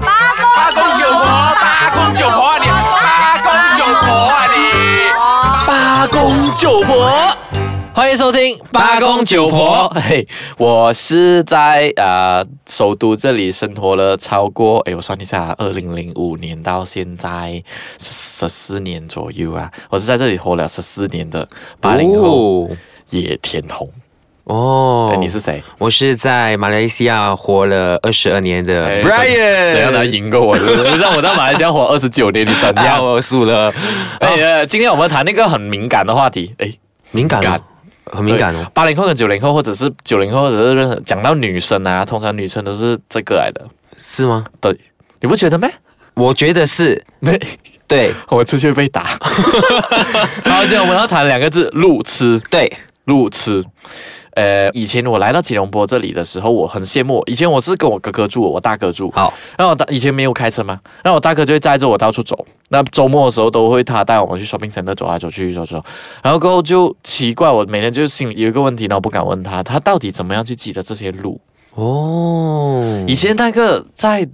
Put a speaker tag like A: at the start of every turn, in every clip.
A: 八公九婆，八公九婆啊你，八公九婆啊你，
B: 八公九婆，欢迎收听
C: 八公九婆
B: 嘿，我是在呃首都这里生活了超过，哎，我算一下，二零零五年到现在十四年左右啊，我是在这里活了十四年的八零后野田红。
C: 哦
B: 哦哎，你是谁
C: 我是在马来西亚活了二十二年的
B: 哎
C: Brian，
B: 怎样来赢过我？你让我在马来西亚活二十九年，你怎
C: 啊，
B: 样？
C: 我输了，
B: 哎呀，今天我们谈那个很敏感的话题，哎，
C: 敏感
B: 感
C: 哦，很敏感哦。
B: 八零后跟九零后，或者是九零后，或者是任何讲到女生啊，通常女生都是这个来的，
C: 是吗？
B: 对，你不觉得吗？
C: 我觉得是
B: 没，
C: 对
B: 我出去被 打。然后今天我们要谈两个字：路痴，
C: 对，
B: 路痴。呃，以前我来到吉隆坡这里的时候，我很羡慕。以前我是跟我哥哥住，我大哥住，
C: 好，
B: 然后我大以前没有开车嘛，然后我大哥就会载着我到处走。那周末的时候都会他带我们去 shopping center 走来走去走走，然后过后就奇怪，我每天就心里有一个问题，然后不敢问他，他到底怎么样去记得这些路？
C: 哦，
B: 以前那个在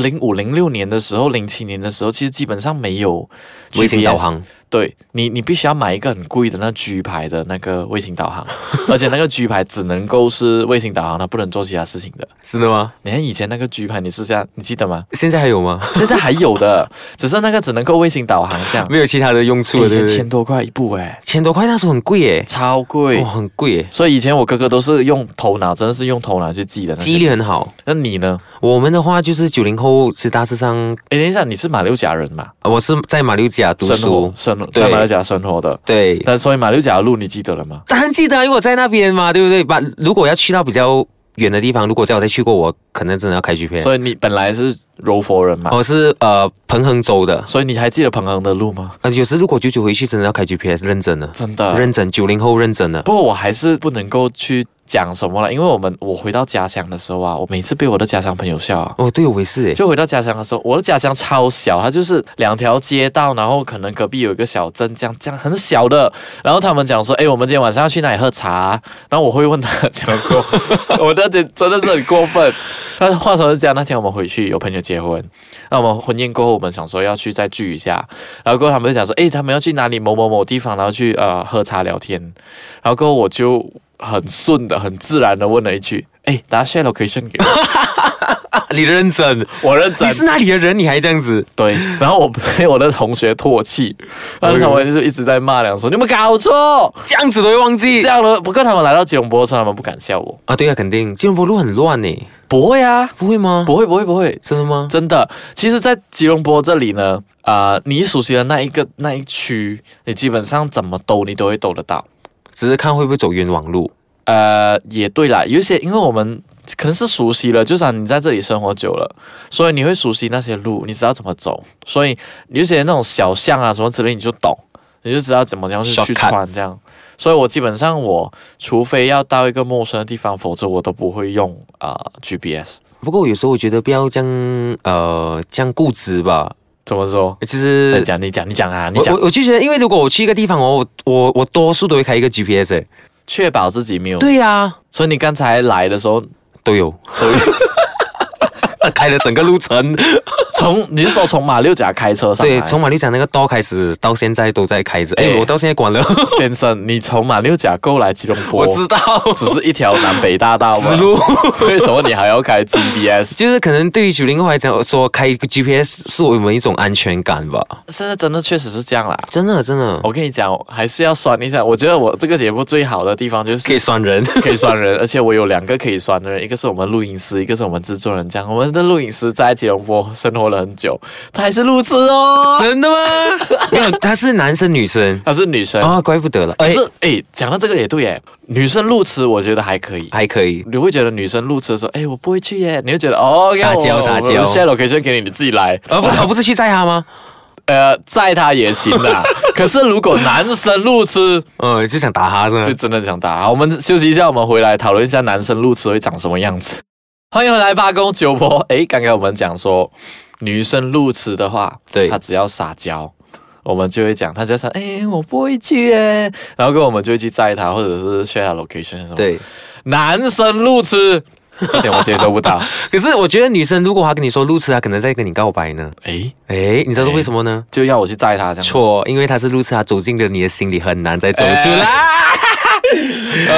B: 零五零六年的时候，零七年的时候，其实基本上没有
C: 卫星
B: GPS
C: 导。航，
B: 对你，你必须要买一个很贵的那 G 牌的那个卫星导 航，而且那个 G 牌只能够是卫星导航，它不能做其他事情的。
C: 是的吗？
B: 你看以前那个 G 牌，你是这样，你记得吗？
C: 现在还有吗？
B: 现在还有的，只是那个只能够卫星导航这样。
C: 没有其他的用处
B: 以
C: 了，对
B: 前
C: 不
B: 千
C: 对？
B: 多块一部哎、
C: 千多块那时候很贵耶，
B: 超贵
C: 哇，。很贵耶，
B: 所以以前我哥哥都是用头脑，真的是用头脑去记的。
C: 记忆力很好。
B: 那你呢？
C: 我们的话就是九零后是大致上，
B: 诶，等一下，你是马六甲人嘛？
C: 我是在马六甲读
B: 生活
C: 书，
B: 生
C: 对
B: 在马六甲生活的。
C: 对，
B: 但所以马六甲的路你记得了吗？
C: 当然记得啊，因为我在那边嘛，对不对？把如果要去到比较远的地方，如果叫我再去过，我可能真的要开 GPS。
B: 所以你本来是柔佛人嘛，
C: 我是呃彭亨州的，
B: 所以你还记得彭亨的路吗？
C: 呃，有时如果久久回去，真的要开 GPS，认真的，
B: 真的。
C: 认真，九零后认真的。
B: 不过我还是不能够去讲什么了，因为我们我回到家乡的时候啊，我每次被我的家乡朋友笑啊。
C: 哦，对，我也是诶。
B: 就回到家乡的时候，我的家乡超小，它就是两条街道，然后可能隔壁有一个小镇，这样这样很小的。然后他们讲说，哎，我们今天晚上要去哪里喝茶？啊然后我会问他讲说，我那天真的是很过分。他话说是这样，那天我们回去有朋友结婚，那我们婚宴过后，我们想说要去再聚一下，然后过后他们就讲说，哎，他们要去哪里某某某地方，然后去呃喝茶聊天。然后过后我就很顺的、很自然的问了一句，哎，大家 share location 给我，
C: 啊你认真，
B: 我认真
C: 你。是那里的人，你还这样子？
B: 对，然后我 被我的同学唾弃，然后他们就一直在骂两说：“你们搞错，
C: 这样子都会忘记
B: 这样了。”不过他们来到吉隆坡的时候，他们不敢笑我。
C: 啊？对啊，肯定吉隆坡路很乱呢，
B: 不会啊，
C: 不会吗？
B: 不会，不会，不会，
C: 真的吗？
B: 真的。其实，在吉隆坡这里呢，啊、你熟悉的那一个那一区，你基本上怎么兜你都会兜得到。
C: 只是看会不会走冤枉路。
B: 呃，也对啦，有一些因为我们可能是熟悉了，就算你在这里生活久了，所以你会熟悉那些路，你知道怎么走，所以有一些那种小巷啊什么之类，你就懂，你就知道怎么样去
C: Shortcut
B: 去穿这样。所以我基本上我除非要到一个陌生的地方，否则我都不会用啊、呃 GPS。
C: 不过有时候我觉得不要这样，呃，这样固执吧。
B: 怎么说？
C: 其实
B: 来哎讲，你讲，你讲啊，你
C: 我
B: 讲
C: 我，我就觉得，因为如果我去一个地方哦，我我我多数都会开一个 GPS 诶。
B: 确保自己没有。
C: 对啊，
B: 所以你刚才来的时候，
C: 都有都有， 开了整个路程。
B: 从你是说从马六甲开车上来？
C: 对，从马六甲那个道开始到现在都在开着。哎
B: 哎，
C: 我到现在关了，
B: 先生，你从马六甲过来吉隆坡，
C: 我知道。
B: 只是一条南北大 道
C: 死
B: 吗？
C: 路
B: 为什么你还要开 GPS？
C: 就是可能对于九零后来讲，说开一个 GPS 是我们一种安全感吧。
B: 现在真的确实是这样啦。
C: 真的真的，
B: 我跟你讲，还是要酸一下。我觉得我这个节目最好的地方就是
C: 可以酸 人。
B: 可以酸人，而且我有两个可以酸的人，一个是我们录音师，一个是我们制作人。这样，我们的录音师在吉隆坡生活了很久，他还是路痴哦，
C: 真的吗？没有，他是男生女生
B: 她是女生。
C: 啊，怪不得了。
B: 可
C: 哎
B: 是，，哦哎，讲到这个也对，哎，女生路痴我觉得还可以。
C: 还可以。
B: 你会觉得女生路痴的时候，哎，我不会去耶，你会觉得哦，
C: 撒娇撒娇
B: 下楼可以先给你，你自己来。
C: 啊，不是，我不是去载他吗？
B: 呃，载他也行 啦。可是如果男生路痴，
C: 嗯，就想打他是吗
B: 就？真的想打。好，我们休息一下，我们回来讨论一下男生路痴会长什么样子。欢迎回来，八公九婆。诶，刚刚我们讲说，女生路痴的话，
C: 对
B: 她只要撒娇，我们就会讲，她只要说，诶，我不会去耶，然后跟我们就会去载她，或者是 share 她 location 什么。，
C: 对，
B: 男生路痴，这点我接受不 到。
C: 可是我觉得女生如果她跟你说路痴，她可能在跟你告白呢。
B: 诶，
C: 哎，你知道为什么呢？
B: 就要我去载他这样。
C: 错，因为她是路痴，她走进了你的心里，很难再走出来。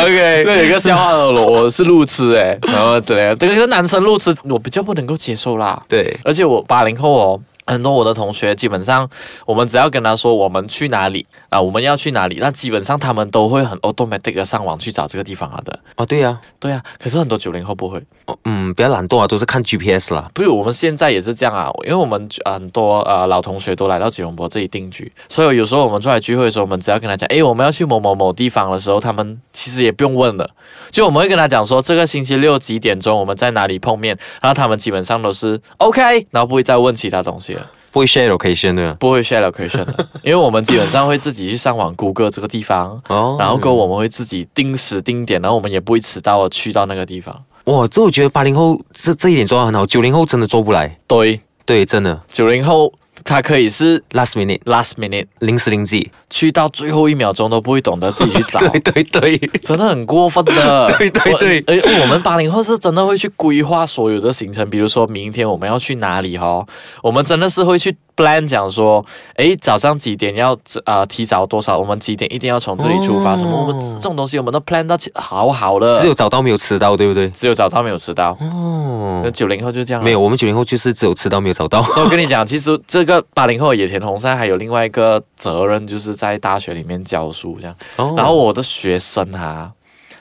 C: OK，
B: 那有一个笑话的我，我是路痴哎、然后之类的。这个是男生路痴，我比较不能够接受啦。
C: 对，
B: 而且我八零后哦，很多我的同学基本上，我们只要跟他说我们去哪里啊，我们要去哪里，那基本上他们都会很 automatic 的上网去找这个地方啊的。
C: 哦对呀、
B: 对啊，可是很多九零后不会，
C: 啊，嗯，比较懒惰啊，都是看 GPS 啦。
B: 不是我们现在也是这样啊，因为我们呃很多呃老同学都来到吉隆坡这里定居，所以有时候我们出来聚会的时候，我们只要跟他讲，哎诶，我们要去某某某地方的时候，他们其实也不用问了，就我们会跟他讲说这个星期六几点钟我们在哪里碰面，然后他们基本上都是 OK，然后不会再问其他东西了。
C: 不会 share location 的
B: 不会 share location 的，因为我们基本上会自己去上网 Google 这个地方，
C: 哦
B: 然后跟我们会自己定时定点，然后我们也不会迟到的去到那个地方。
C: 哇，这我觉得八零后这这一点做到很好，九零后真的做不来。
B: 对，
C: 对，真的
B: 九零后他可以是
C: last minute
B: last minute
C: 临时临哦记。
B: 去到最后一秒钟都不会懂得自己去找。
C: 对对对，
B: 真的很过分的，
C: 对对对
B: 我而我们八零后是真的会去规划所有的行程，比如说明天我们要去哪里哦，我们真的是会去 plan 讲说，诶，早上几点要呃提早多少，我们几点一定要从这里出发，
C: 哦
B: 什么我们这种东西我们都 plan 到起好好的，
C: 只有找到没有迟到，对不对？
B: 只有早上没有迟到，那
C: 哦，
B: 九零后就这样了啊
C: 没有，。我们九零后就是只有迟到没有找 到。
B: 所以我跟你讲，其实这个八零后的野田红山还有另外一个责任，就是在大学里面教书这样。
C: 哦
B: 然后我的学生啊，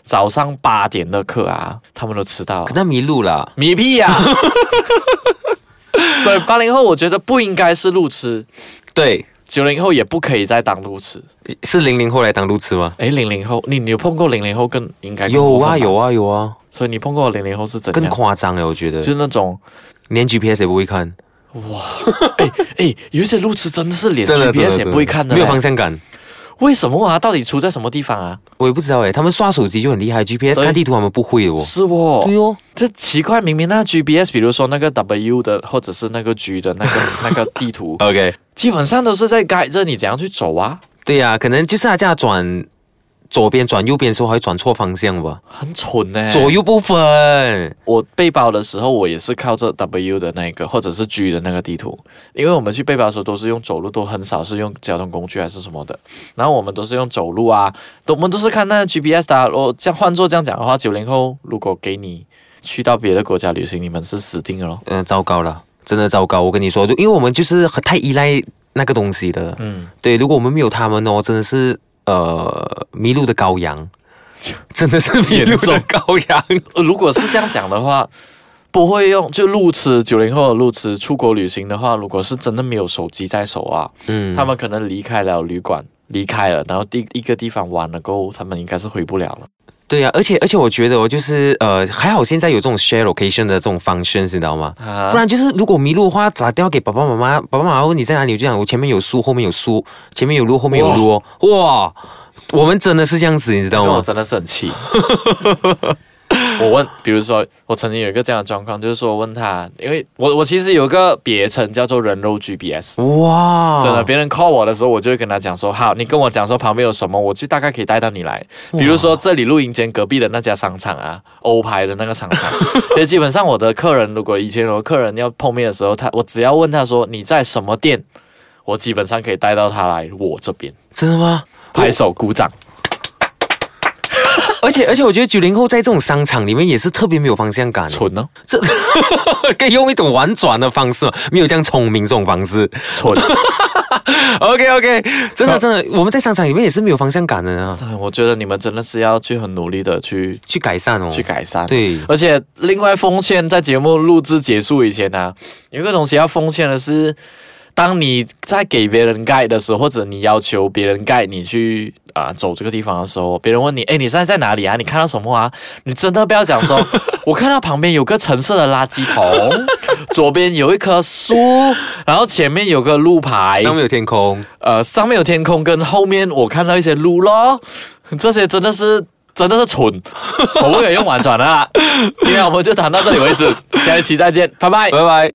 B: 早上八点的课啊，他们都迟到了
C: 可，能迷路啦。
B: 迷屁 呀、所以八零后我觉得不应该是路痴，
C: 对，
B: 九零后也不可以再当路痴。
C: 是零零后来当路痴吗？
B: 诶，零零后，你你有碰过零零后更应该更
C: 有
B: 过分吧
C: 啊有，啊有啊，
B: 所以你碰过零零后是怎
C: 更
B: 样？
C: 夸张了，欸我觉得
B: 就。是那种，
C: 连 GPS 也不会看，
B: 诶，有一些路痴真的是连
C: 真的真的
B: GPS 也
C: 真的
B: 不会看的，
C: 没有方，向感。
B: 为什么啊？到底出在什么地方啊？
C: 我也不知道哎，他们刷手机就很厉害，GPS
B: 对
C: 看地图他们不会的哦。
B: 是哦，
C: 对哦，
B: 这奇怪，明明那个 GPS，比如说那个 W 的，或者是那个 G 的那个 那个地图，
C: OK，
B: 基本上都是在 guide 着你怎样去走啊，
C: 对呀、可能就是他这样转左边转右边的时候，还会转错方向吧，
B: 很蠢呢、
C: 左右不分。
B: 我背包的时候，我也是靠着 W 的那个或者是 G 的那个地图，因为我们去背包的时候都是用走路，都很少是用交通工具还是什么的。然后我们都是用走路啊，都我们都是看那个 GPS 的、啊。如果这样换做这样讲的话，九零后如果给你去到别的国家旅行，你们是死定了咯。
C: 嗯、糟糕了，真的糟糕。我跟你说，就因为我们就是很太依赖那个东西的。
B: 嗯，
C: 对，如果我们没有他们哦，真的是呃迷路的羔 羊，真的是迷路的羔羊。
B: 呃如果是这样讲的话。不会用就路痴，九零后的路痴出国旅行的话，如果是真的没有手机在手啊，
C: 嗯，
B: 他们可能离开了旅馆，离开了，然后第一个地方玩了过后，他们应该是回不了了。
C: 对啊呀、而且而且我觉得哦，就是呃还好现在有这种 share location 的这种 function，你知道吗？
B: 啊
C: 不然就是如果迷路的话，打电话给爸爸妈妈，爸爸妈妈问你在哪里，我就讲我前面有树，后面有树，前面有路，后面有路哦。哇，我们真的是这样子，你知道
B: 那
C: 吗
B: 我？真的是很气。 我问，比如说，我曾经有一个这样的状况，就是说，我问他，因为我我其实有个别称叫做人肉 GPS，、
C: 哇，
B: 真的，别人 call 我的时候，我就会跟他讲说，好，你跟我讲说旁边有什么，我就大概可以带到你来。比如说这里录音间隔壁的那家商场啊，欧牌的那个商场， 所以基本上我的客人，如果以前我的客人要碰面的时候，他我只要问他说你在什么店，我基本上可以带到他来我这边，
C: 真的吗？
B: 拍手鼓掌。
C: 而且而且，我觉得九零后在这种商场里面也是特别没有方向感，哦
B: 蠢哦呢、
C: 可以用一种婉转的方式，哦没有这样聪明这种方式。
B: 蠢。哦
C: OK OK，真的真的，我们在商场里面也是没有方向感的 啊，
B: 对我觉得你们真的是要去很努力的去
C: 去改善哦。
B: 去改善。，
C: 对，
B: 而且另外奉劝在节目录制结束以前呢、有一个东西要奉劝的是，当你在给别人盖的时候，或者你要求别人盖你去啊、走这个地方的时候，别人问你，哎，你现在在哪里啊？你看到什么啊？你真的不要讲说，我看到旁边有个橙色的垃圾桶，左边有一棵树，然后前面有个路牌，
C: 上面有天空，
B: 呃，上面有天空，跟后面我看到一些路咯，这些真的是真的是蠢，我不可以用婉转的啦。今天我们就谈到这里为止，下一期再见，拜拜。
C: 拜拜。